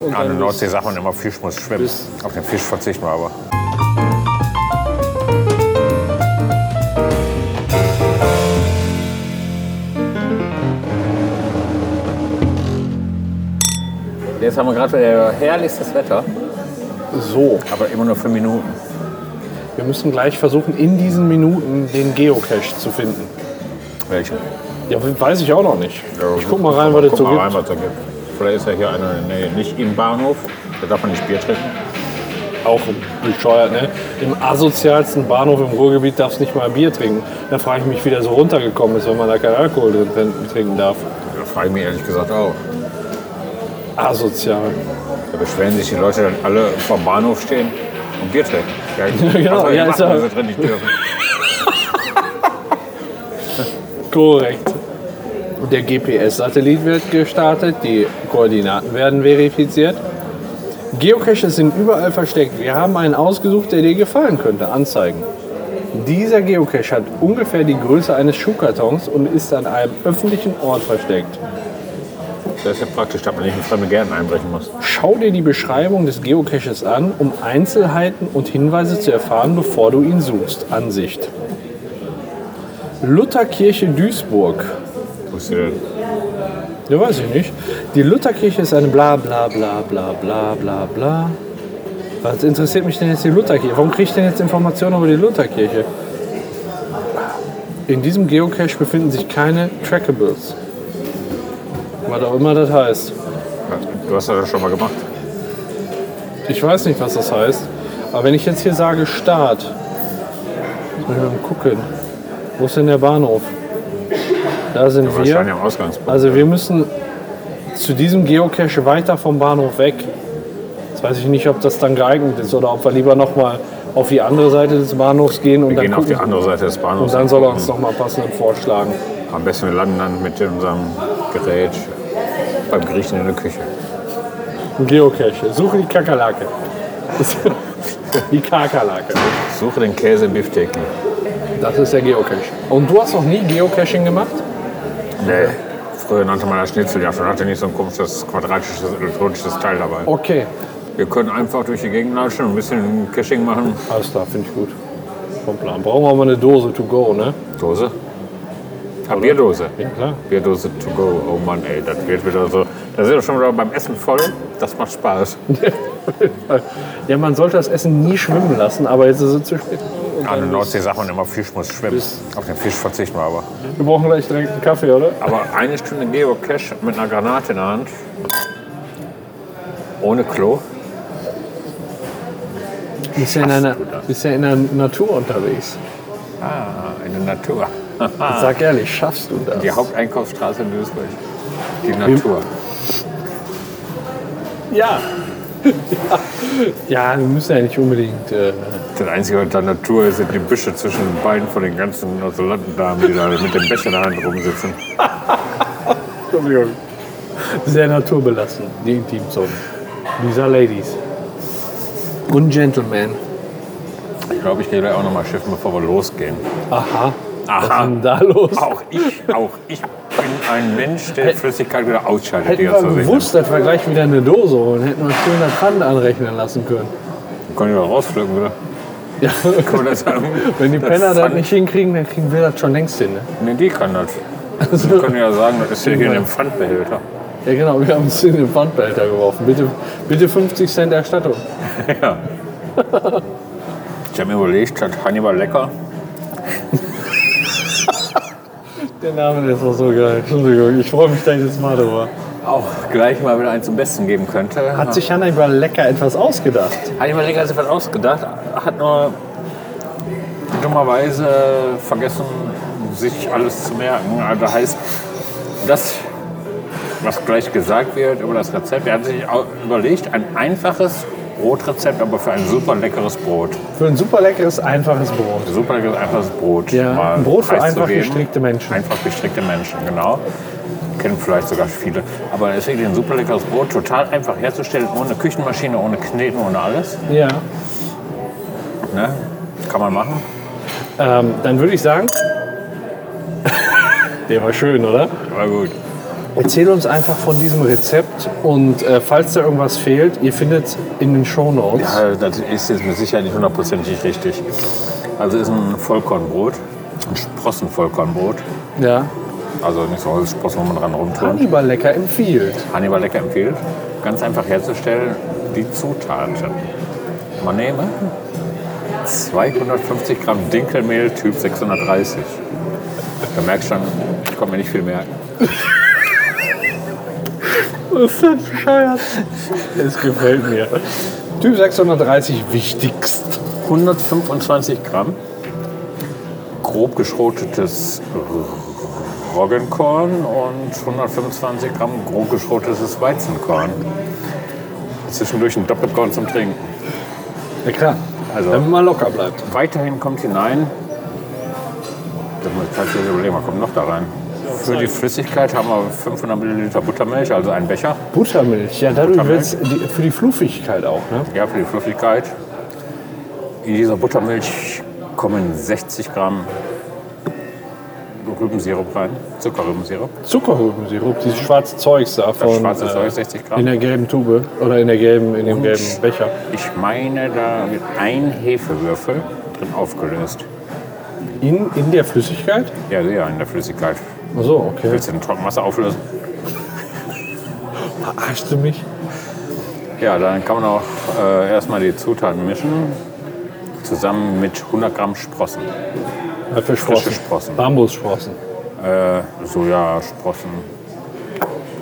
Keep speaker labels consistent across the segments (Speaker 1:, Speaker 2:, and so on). Speaker 1: Und
Speaker 2: An der
Speaker 1: dann
Speaker 2: Nordsee sagt man immer, Fisch muss schwimmen. Auf den Fisch verzichten wir aber. Jetzt haben wir gerade wieder herrlichstes Wetter,
Speaker 3: So,
Speaker 2: aber immer nur für Minuten.
Speaker 3: wir müssen gleich versuchen, in diesen Minuten den Geocache zu finden.
Speaker 2: Welche?
Speaker 3: Ja, weiß ich auch noch nicht. Ich guck mal rein, was es
Speaker 2: Guck
Speaker 3: so
Speaker 2: mal rein,
Speaker 3: gibt.
Speaker 2: was da gibt. Vielleicht ist ja hier einer in der Nähe. Nicht im Bahnhof, da darf man nicht Bier trinken.
Speaker 3: Auch bescheuert, ne? Im asozialsten Bahnhof im Ruhrgebiet darfst du nicht mal ein Bier trinken. Da frage ich mich, wie der so runtergekommen ist, wenn man da keinen Alkohol drin trin- trinken darf.
Speaker 2: Da frage ich mich ehrlich gesagt auch.
Speaker 3: Asozial.
Speaker 2: Da beschweren sich die Leute dann alle vom Bahnhof stehen und Bier trinken. Ja,
Speaker 3: genau,
Speaker 2: was soll ich
Speaker 3: ja,
Speaker 2: machen,
Speaker 3: ist ja-
Speaker 2: wenn sie drin nicht dürfen?
Speaker 3: Korrekt. Und Der GPS-Satellit wird gestartet, die Koordinaten werden verifiziert. Geocaches sind überall versteckt. Wir haben einen ausgesucht, der dir gefallen könnte. Anzeigen. Dieser Geocache hat ungefähr die Größe eines Schuhkartons und ist an einem öffentlichen Ort versteckt.
Speaker 2: Das ist ja praktisch, dass man nicht in fremde Gärten einbrechen muss.
Speaker 3: Schau dir die Beschreibung des Geocaches an, um Einzelheiten und Hinweise zu erfahren, bevor du ihn suchst. Ansicht. Lutherkirche Duisburg.
Speaker 2: Wusste denn?
Speaker 3: Ja, weiß ich nicht. Die Lutherkirche ist eine bla bla bla bla bla bla bla. Was interessiert mich denn jetzt die Lutherkirche? Warum kriege ich denn jetzt Informationen über die Lutherkirche? In diesem Geocache befinden sich keine Trackables. Was auch immer das heißt.
Speaker 2: Du hast das schon mal gemacht.
Speaker 3: Ich weiß nicht, was das heißt. Aber wenn ich jetzt hier sage Start, muss ich mal gucken. Wo ist denn der Bahnhof? Da sind
Speaker 2: Wir
Speaker 3: wir.
Speaker 2: stehen ja am Ausgangspunkt.
Speaker 3: Also wir müssen zu diesem Geocache weiter vom Bahnhof weg. Jetzt weiß ich nicht, ob das dann geeignet ist oder ob wir lieber nochmal auf die andere Seite des Bahnhofs gehen und
Speaker 2: Wir
Speaker 3: dann
Speaker 2: gehen auf die
Speaker 3: gucken.
Speaker 2: andere Seite des Bahnhofs.
Speaker 3: Und dann soll er uns
Speaker 2: gucken.
Speaker 3: nochmal passend vorschlagen.
Speaker 2: Am besten wir landen dann mit unserem Gerät beim Griechen in der Küche.
Speaker 3: Ein Geocache. Suche die Kakerlake. die Kakerlake.
Speaker 2: Suche den Käse im Beefsteak.
Speaker 3: Das ist der Geocache. Und du hast noch nie Geocaching gemacht?
Speaker 2: Nee. Früher nannte man das Schnitzeljagd und hatte nicht so ein komisches quadratisches elektronisches Teil dabei.
Speaker 3: Okay.
Speaker 2: Wir können einfach durch die Gegend latschen und ein bisschen Caching machen.
Speaker 3: Alles klar, finde ich gut. Vom Plan. Brauchen wir aber eine Dose to go, ne?
Speaker 2: Dose? Ah, Bierdose.
Speaker 3: Ja, klar.
Speaker 2: Bierdose to go. Oh Mann, ey, das wird wieder so. Da sind wir schon wieder beim Essen voll. Das macht Spaß.
Speaker 3: Ja, man sollte das Essen nie schwimmen lassen, aber jetzt ist es zu spät.
Speaker 2: An der Nordsee sagt man immer, Fisch muss schwimmen. Auf den Fisch verzichten wir aber.
Speaker 3: Wir brauchen gleich direkt einen Kaffee, oder?
Speaker 2: Aber eine Stunde Geocache mit einer Granate in der Hand. Ohne Klo.
Speaker 3: Bist ja in einer, bist ja in der Natur unterwegs.
Speaker 2: Ah, in der Natur.
Speaker 3: Jetzt Sag ehrlich, schaffst du das?
Speaker 2: Ah. Die Haupteinkaufsstraße in Duisburg. Die Natur.
Speaker 3: Ja. ja, wir müssen ja nicht unbedingt. Äh,
Speaker 2: Das Einzige unter Natur sind die Büsche zwischen den Beinen von den ganzen Asylantendamen, die da mit dem Becher in der Hand rumsitzen.
Speaker 3: Entschuldigung. Sehr naturbelassen, die Intimzone. Dieser Ladies. Und Gentlemen.
Speaker 2: Ich glaube, ich gehe gleich auch nochmal schiffen, bevor wir losgehen.
Speaker 3: Aha. Was ist
Speaker 2: Aha.
Speaker 3: denn da los?
Speaker 2: Auch ich, auch ich bin ein Mensch, der Flüssigkeit wieder ausschaltet.
Speaker 3: Hätten
Speaker 2: die aus
Speaker 3: wir
Speaker 2: der Sicht.
Speaker 3: gewusst, dass wir gleich wieder eine Dose holen, hätten wir schön das Pfand anrechnen lassen können.
Speaker 2: Wir können ja rauspflücken wieder.
Speaker 3: Ja.
Speaker 2: Kann man das sagen?
Speaker 3: Wenn die Penner das
Speaker 2: Pfand-
Speaker 3: nicht hinkriegen, dann kriegen wir das schon längst hin. Ne?
Speaker 2: Nee, die kann das. Wir
Speaker 3: Also,
Speaker 2: können ja sagen, das ist ja hier in dem Pfandbehälter.
Speaker 3: ja genau, wir haben es in den Pfandbehälter geworfen. Bitte, bitte 50 Cent Erstattung.
Speaker 2: Ja. Ich habe mir überlegt, statt Hannibal lecker,
Speaker 3: Der Name der ist auch so geil. Entschuldigung, ich freue mich da jedes Mal drüber.
Speaker 2: auch gleich mal wieder einen zum Besten geben könnte.
Speaker 3: Hat sich Hanna über Lecker etwas ausgedacht?
Speaker 2: Hannibal lecker hat sich was ausgedacht, hat nur dummerweise vergessen, sich alles zu merken. Also heißt, das, was gleich gesagt wird über das Rezept, er hat sich au- überlegt, ein einfaches Brotrezept, aber für ein super leckeres Brot.
Speaker 3: Für ein super leckeres, einfaches Brot.
Speaker 2: Super leckeres, einfaches Brot.
Speaker 3: Ja,
Speaker 2: mal
Speaker 3: ein Brot für einfach
Speaker 2: preiszugeben.
Speaker 3: gestrickte Menschen.
Speaker 2: Einfach gestrickte Menschen, genau. Kennen vielleicht sogar viele. Aber es ist wirklich ein super leckeres Brot, total einfach herzustellen, ohne Küchenmaschine, ohne Kneten, ohne alles.
Speaker 3: Ja.
Speaker 2: Ne? Kann man machen.
Speaker 3: Ähm, dann würde ich sagen. Der war schön, oder?
Speaker 2: War gut.
Speaker 3: Erzähl uns einfach von diesem Rezept und äh, falls da irgendwas fehlt, ihr findet in den Shownotes.
Speaker 2: Ja, Also, das ist jetzt mit Sicherheit nicht hundertprozentig richtig. Also ist ein Vollkornbrot, ein Sprossen-Vollkornbrot.
Speaker 3: Ja.
Speaker 2: Also nicht so Holzsprossen, wo man dran rumtun.
Speaker 3: Hannibal lecker empfiehlt.
Speaker 2: Hannibal lecker empfiehlt. Ganz einfach herzustellen, die Zutaten. Man nehme 250 Gramm Dinkelmehl Typ 630. Du merkst schon, ich konnte mir nicht viel merken.
Speaker 3: Ist das bescheuert? Es gefällt mir. Typ 630 wichtigst.
Speaker 2: 125 Gramm grob geschrotetes Roggenkorn und 125 Gramm grob geschrotetes Weizenkorn. Zwischendurch ein Doppelkorn zum Trinken.
Speaker 3: Ja klar.
Speaker 2: Also-
Speaker 3: Damit man locker bleibt.
Speaker 2: Weiterhin kommt hinein, das muss ich tatsächlich überlegen, was kommt noch da rein? Für die Flüssigkeit haben wir 500 Milliliter Buttermilch, also einen Becher.
Speaker 3: Buttermilch, ja dadurch
Speaker 2: Buttermilch.
Speaker 3: wird's die, für die Fluffigkeit auch, ne?
Speaker 2: Ja, für die Flüssigkeit. In dieser Buttermilch kommen 60 Gramm Rübensirup rein, Zuckerrübensirup.
Speaker 3: Zuckerrübensirup, dieses schwarze Zeugs da von
Speaker 2: Das schwarze Zeug,
Speaker 3: äh,
Speaker 2: 60
Speaker 3: in
Speaker 2: Gramm.
Speaker 3: der gelben Tube oder in der gelben in dem gelben Becher.
Speaker 2: Ich meine, da wird ein Hefewürfel drin aufgelöst.
Speaker 3: In, in der Flüssigkeit?
Speaker 2: Ja, ja, in der Flüssigkeit.
Speaker 3: Ach so, okay.
Speaker 2: Willst du in Trockenmasse auflösen?
Speaker 3: Verarschst du mich?
Speaker 2: Ja, dann kann man auch äh, erstmal die Zutaten mischen. Zusammen mit 100 Gramm Sprossen.
Speaker 3: Ja, für Sprossen.
Speaker 2: Sprossen.
Speaker 3: Bambussprossen.
Speaker 2: Äh, Sojasprossen.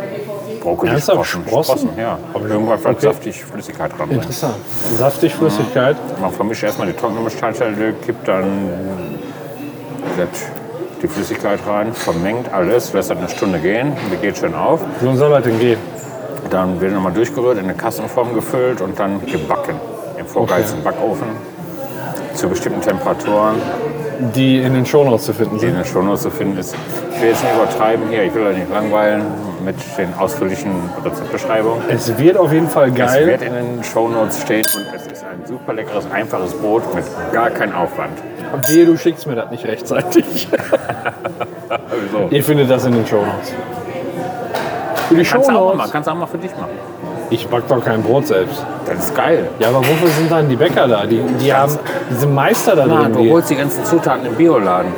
Speaker 3: Ernsthaft?
Speaker 2: Brokkolisprossen.
Speaker 3: Sprossen?
Speaker 2: ja.
Speaker 3: Aber-
Speaker 2: Irgendwas wird
Speaker 3: okay.
Speaker 2: saftig Flüssigkeit dran. sein.
Speaker 3: Interessant. Saftig Flüssigkeit.
Speaker 2: Man vermischt erstmal die trockene Bestandteile, kippt dann das- die Flüssigkeit rein, vermengt alles, lässt das eine Stunde gehen, die geht schön auf.
Speaker 3: Wie soll das denn gehen?
Speaker 2: Dann wird nochmal durchgerührt, in eine Kassenform gefüllt und dann gebacken. Im vorgeheizten Backofen zu bestimmten Temperaturen.
Speaker 3: Die in den Shownotes zu finden
Speaker 2: die
Speaker 3: sind.
Speaker 2: in den Shownotes zu finden ist. Ich will jetzt nicht übertreiben hier, ich will euch nicht langweilen mit den ausführlichen Rezeptbeschreibungen.
Speaker 3: Es wird auf jeden Fall
Speaker 2: Es
Speaker 3: geil.
Speaker 2: wird in den Shownotes stehen und es ist ein super leckeres, einfaches Brot mit gar keinem Aufwand.
Speaker 3: Wehe, du schickst mir das nicht rechtzeitig.
Speaker 2: Also,
Speaker 3: Ihr findet das in den Shownotes. Für die
Speaker 2: kannst du auch mal,
Speaker 3: Shownotes.
Speaker 2: kannst du auch mal für dich machen.
Speaker 3: Ich back doch kein Brot selbst.
Speaker 2: Das ist geil.
Speaker 3: Ja, aber wofür sind dann die Bäcker da? Die, die haben diese Meister da
Speaker 2: Na,
Speaker 3: drin.
Speaker 2: Also, du
Speaker 3: Die,
Speaker 2: holst die ganzen Zutaten im Bioladen.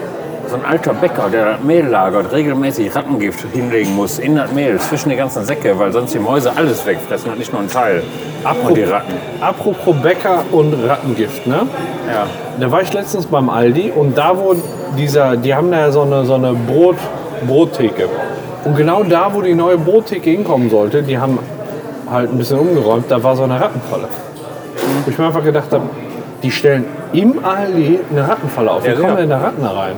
Speaker 2: So ein alter Bäcker, der das Mehl lagert, regelmäßig Rattengift hinlegen muss in das Mehl, zwischen die ganzen Säcke, weil sonst die Mäuse alles wegfressen und nicht nur einen Teil. Ab und die Ratten.
Speaker 3: apropos Bäcker und Rattengift, ne?
Speaker 2: Ja.
Speaker 3: Da war ich letztens beim Aldi und da wo dieser, die haben da ja so eine, so eine Brot, Brottheke. Und genau da, wo die neue Brottheke hinkommen sollte, die haben halt ein bisschen umgeräumt, da war so eine Rattenfalle. Wo ich mir einfach gedacht habe, die stellen im Aldi eine Rattenfalle auf. Wie
Speaker 2: Ja,
Speaker 3: kommen
Speaker 2: sicher.
Speaker 3: denn da Ratten da rein?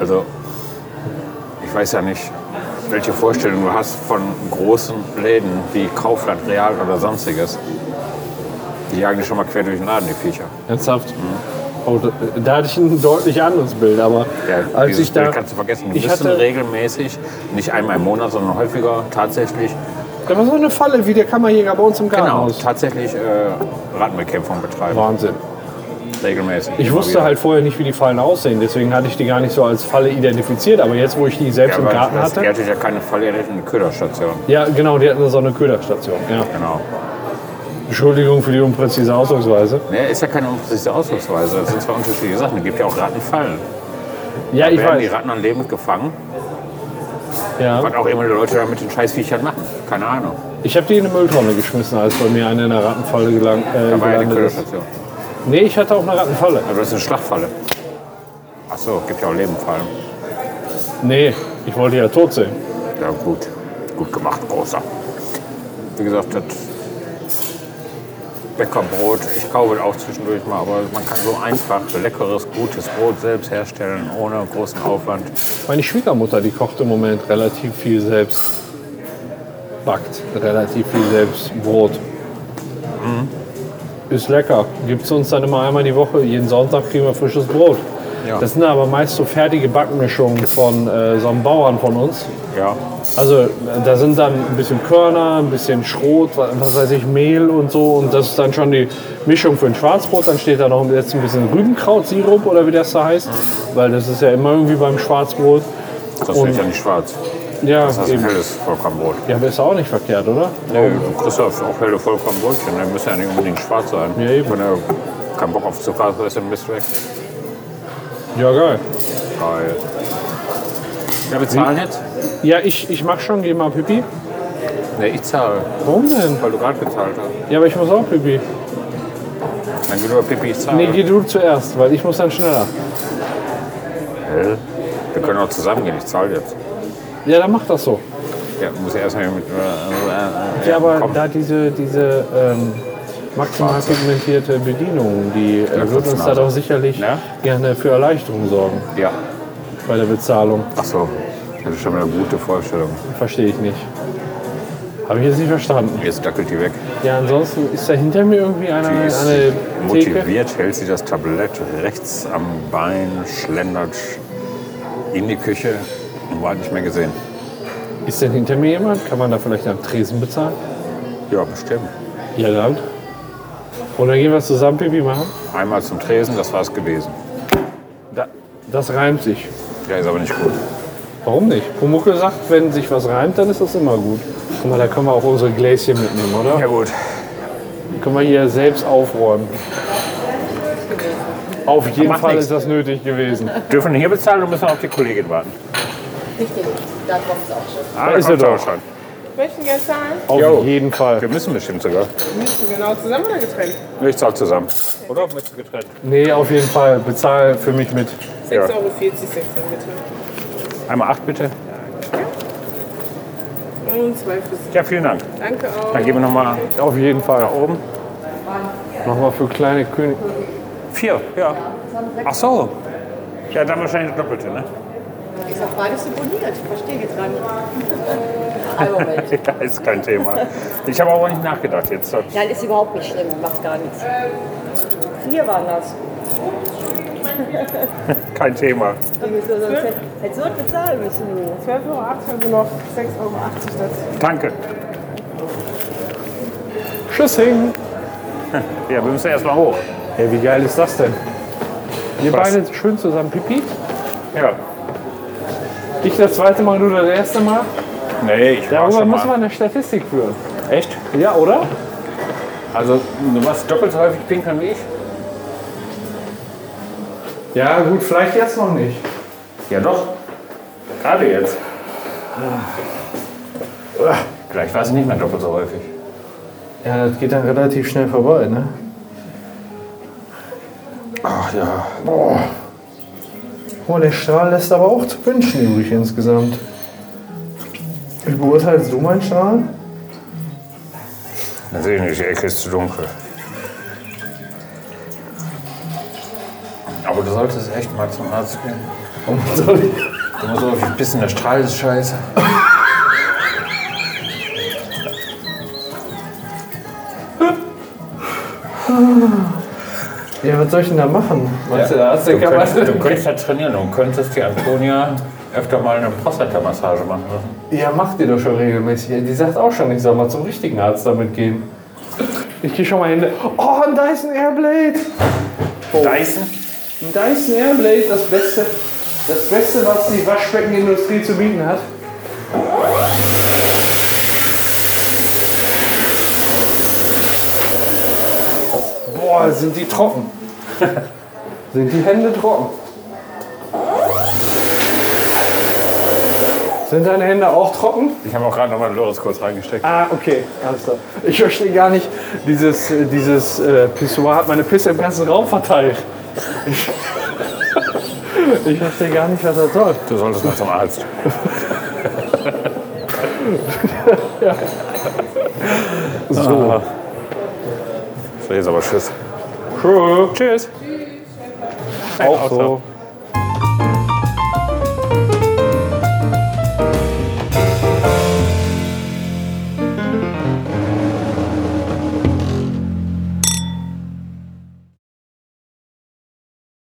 Speaker 2: Also, ich weiß ja nicht, welche Vorstellung du hast von großen Läden wie Kaufland, Real oder sonstiges. Die jagen die schon mal quer durch den Laden, die Viecher.
Speaker 3: Ernsthaft? Oh, da, da hatte ich ein deutlich anderes Bild, aber
Speaker 2: Ja,
Speaker 3: als
Speaker 2: dieses
Speaker 3: ich da.
Speaker 2: Bild kannst du vergessen. Die
Speaker 3: ich
Speaker 2: müssen
Speaker 3: hatte,
Speaker 2: regelmäßig, nicht einmal im Monat, sondern häufiger tatsächlich,
Speaker 3: da war so eine Falle wie der Kammerjäger bei uns im
Speaker 2: genau,
Speaker 3: Gartenhaus.
Speaker 2: tatsächlich äh, Rattenbekämpfung betreiben.
Speaker 3: Wahnsinn.
Speaker 2: Regelmäßig.
Speaker 3: Ich
Speaker 2: Immer
Speaker 3: wusste
Speaker 2: wieder.
Speaker 3: halt vorher nicht, wie die Fallen aussehen, deswegen hatte ich die gar nicht so als Falle identifiziert. Aber jetzt, wo ich die selbst
Speaker 2: ja,
Speaker 3: im
Speaker 2: aber
Speaker 3: Garten
Speaker 2: das-
Speaker 3: hatte.
Speaker 2: Ihr hattet ja keine Falle, ihr hattet eine Köderstation.
Speaker 3: Ja, genau, die hatten so eine Köderstation. Ja.
Speaker 2: Genau.
Speaker 3: Entschuldigung für die unpräzise Ausdrucksweise.
Speaker 2: Ne, ist ja keine unpräzise Ausdrucksweise. Das sind zwei unterschiedliche Sachen. Es gibt ja auch Rattenfallen.
Speaker 3: Ja, ich
Speaker 2: Werden die
Speaker 3: weiß.
Speaker 2: Ratten dann lebend gefangen?
Speaker 3: Ja.
Speaker 2: Was auch immer die Leute da mit den Scheißviechern machen. Keine Ahnung.
Speaker 3: Ich habe die in eine Mülltonne geschmissen, als bei mir eine in der Rattenfalle gelang, äh,
Speaker 2: Da war ja eine
Speaker 3: gelandet ist.
Speaker 2: Köderstation.
Speaker 3: Nee, ich hatte auch eine Rattenfalle.
Speaker 2: Also das ist eine Schlachtfalle. Ach so, gibt ja auch Lebenfallen.
Speaker 3: Nee, ich wollte ja tot sehen.
Speaker 2: Ja gut, gut gemacht, großer. Wie gesagt, das Bäckerbrot, ich kaufe das auch zwischendurch mal, aber man kann so einfach leckeres, gutes Brot selbst herstellen, ohne großen Aufwand.
Speaker 3: Meine Schwiegermutter, die kocht im Moment relativ viel selbst. Backt relativ viel selbst Brot. Ist lecker. Gibt es uns dann immer einmal die Woche. Jeden Sonntag kriegen wir frisches Brot.
Speaker 2: Ja.
Speaker 3: Das sind aber meist so fertige Backmischungen von äh, so einem Bauern von uns.
Speaker 2: Ja,
Speaker 3: Also äh, da sind dann ein bisschen Körner, ein bisschen Schrot, wa- was weiß ich, Mehl und so. Und das ist dann schon die Mischung für ein Schwarzbrot. Dann steht da noch jetzt ein bisschen Rübenkrautsirup oder wie das da heißt. Weil das ist ja immer irgendwie beim Schwarzbrot.
Speaker 2: Das ist ja nicht schwarz.
Speaker 3: Ja,
Speaker 2: Das ist ein
Speaker 3: eben.
Speaker 2: helles Vollkornbrot.
Speaker 3: Ja, aber ist auch nicht verkehrt, oder?
Speaker 2: Nee, du kriegst ja auch helle Vollkornbrötchen. Die müssen ja nicht unbedingt schwarz sein.
Speaker 3: Ja, eben.
Speaker 2: Wenn du keinen Bock auf Zucker hast, ist dann bist du weg.
Speaker 3: Ja, geil.
Speaker 2: Geil. Ja, wir zahlen jetzt?
Speaker 3: Ja, ich, ich mach schon, geh mal Pipi.
Speaker 2: Nee, ich zahle.
Speaker 3: Warum denn?
Speaker 2: Weil du gerade gezahlt hast.
Speaker 3: Ja, aber ich muss auch Pipi.
Speaker 2: Dann geht über Pipi, ich zahle.
Speaker 3: Nee, geh du zuerst, weil ich muss dann schneller.
Speaker 2: Hä? Wir können auch zusammen gehen, ich zahle jetzt.
Speaker 3: Ja, dann mach das so.
Speaker 2: Ja, muss ich erstmal mit. Äh, äh, äh,
Speaker 3: Ja, aber
Speaker 2: komm.
Speaker 3: da diese, diese ähm, maximal pigmentierte Bedienung, die äh, wird uns da
Speaker 2: Klappertschnauze.
Speaker 3: doch sicherlich
Speaker 2: Ja?
Speaker 3: gerne für Erleichterung sorgen
Speaker 2: Ja.
Speaker 3: bei der Bezahlung.
Speaker 2: Achso, ich hatte schon wieder eine gute Vorstellung.
Speaker 3: Verstehe ich nicht. Habe ich jetzt nicht verstanden.
Speaker 2: Jetzt dackelt die weg.
Speaker 3: Ja, ansonsten ist da hinter mir irgendwie einer
Speaker 2: Die ist
Speaker 3: Äh, eine Theke.
Speaker 2: motiviert, hält sie das Tablett rechts am Bein, schlendert in die Küche und war nicht mehr gesehen.
Speaker 3: Ist denn hinter mir jemand? Kann man da vielleicht am Tresen bezahlen?
Speaker 2: Ja, bestimmt.
Speaker 3: Ja, dann. Oder gehen wir zusammen Pipi machen?
Speaker 2: Einmal zum Tresen, das war's gewesen.
Speaker 3: Da, das reimt sich.
Speaker 2: Ja, ist aber nicht gut.
Speaker 3: Warum nicht? Pumuckel sagt, wenn sich was reimt, dann ist das immer gut. Guck mal, da können wir auch unsere Gläschen mitnehmen, oder?
Speaker 2: Ja, gut.
Speaker 3: Können wir hier selbst aufräumen. Auf jeden
Speaker 2: Macht
Speaker 3: Fall
Speaker 2: nichts.
Speaker 3: ist das nötig gewesen.
Speaker 2: Dürfen wir hier bezahlen und müssen auf die Kollegin warten.
Speaker 1: Richtig, da kommt es auch schon.
Speaker 2: Ah,
Speaker 3: ist sie
Speaker 2: kommt
Speaker 3: doch.
Speaker 2: schon.
Speaker 4: Möchten gerne zahlen?
Speaker 3: Auf
Speaker 2: Jo.
Speaker 3: jeden Fall.
Speaker 2: Wir müssen bestimmt sogar.
Speaker 4: Müssen genau zusammen oder getrennt?
Speaker 2: Ich zahl zusammen. Oder? Möchtest du getrennt?
Speaker 3: Nee, auf jeden Fall. Bezahl für mich mit.
Speaker 4: 6,40
Speaker 2: Ja.
Speaker 4: Euro, 16 bitte.
Speaker 2: Einmal acht bitte.
Speaker 4: Und zwei Füße.
Speaker 2: Ja, vielen Dank.
Speaker 4: Danke auch.
Speaker 2: Dann geben wir nochmal
Speaker 3: Auf jeden Fall.
Speaker 2: oben.
Speaker 3: Nochmal für kleine König.
Speaker 2: Vier, ja. Ach so. Ja, dann wahrscheinlich das Doppelte, ne?
Speaker 1: Ist auch beides suboniert, verstehe ich dran. Ein Moment.
Speaker 2: Ja, ist kein Thema. Ich habe auch nicht nachgedacht jetzt.
Speaker 1: Nein, ist überhaupt nicht schlimm, macht gar nichts. Vier waren das.
Speaker 2: Kein Thema.
Speaker 1: Die müssen wir sonst hätt- hättest du was bezahlen müssen, du.
Speaker 4: 12,80 Euro, also noch 6,80 Euro dazu.
Speaker 2: Danke.
Speaker 3: Tschüssing.
Speaker 2: Ja, wir müssen erstmal hoch.
Speaker 3: Hey, wie geil ist das denn? Wir
Speaker 2: Was?
Speaker 3: beide schön zusammen Pipi.
Speaker 2: Ja.
Speaker 3: Ich das zweite Mal, du das erste Mal.
Speaker 2: Nee, ich war
Speaker 3: Darüber
Speaker 2: schon
Speaker 3: muss
Speaker 2: mal.
Speaker 3: man eine Statistik führen.
Speaker 2: Echt?
Speaker 3: Ja, oder?
Speaker 2: Also, du warst doppelt so häufig pinkeln wie ich?
Speaker 3: Ja, gut, vielleicht jetzt noch nicht.
Speaker 2: Ja, doch. Gerade jetzt. Ah. Gleich war es nicht mehr doppelt so häufig.
Speaker 3: Ja, das geht dann relativ schnell vorbei, ne?
Speaker 2: Ach ja.
Speaker 3: Oh, der Strahl lässt aber auch zu wünschen übrig insgesamt. Wie beurteilst du meinen Strahl?
Speaker 2: Dann sehe ich nicht, die Ecke ist zu dunkel. Aber du solltest echt mal zum Arzt gehen. Immer so ein bisschen der Strahl ist scheiße.
Speaker 3: Ja, was soll ich denn da machen? Meinst du, der Arzt, der
Speaker 2: Du
Speaker 3: kann
Speaker 2: könntest, du
Speaker 3: was?
Speaker 2: könntest ja trainieren und könntest die Antonia öfter mal eine Prostatamassage machen lassen.
Speaker 3: Ja, macht ihr doch schon regelmäßig. Die sagt auch schon, ich soll mal zum richtigen Arzt damit gehen. Ich gehe schon mal hin. Oh, ein Dyson Airblade!
Speaker 2: Dyson?
Speaker 3: Ein Dyson Airblade, das Beste, das Beste, was die Waschbeckenindustrie zu bieten hat. Boah, sind die trocken. sind die Hände trocken. Sind deine Hände auch trocken?
Speaker 2: Ich habe auch gerade nochmal einen Loris kurz reingesteckt.
Speaker 3: Ah, okay, alles klar. Ich verstehe gar nicht, dieses, äh, dieses äh, Pissoir hat meine Pisse im ganzen Raum verteilt. Ich, ich verstehe gar nicht, was das soll.
Speaker 2: Du solltest mal zum Arzt.
Speaker 3: So.
Speaker 2: So, jetzt aber Tschüss.
Speaker 3: Cool.
Speaker 2: Tschüss.
Speaker 3: Auch so.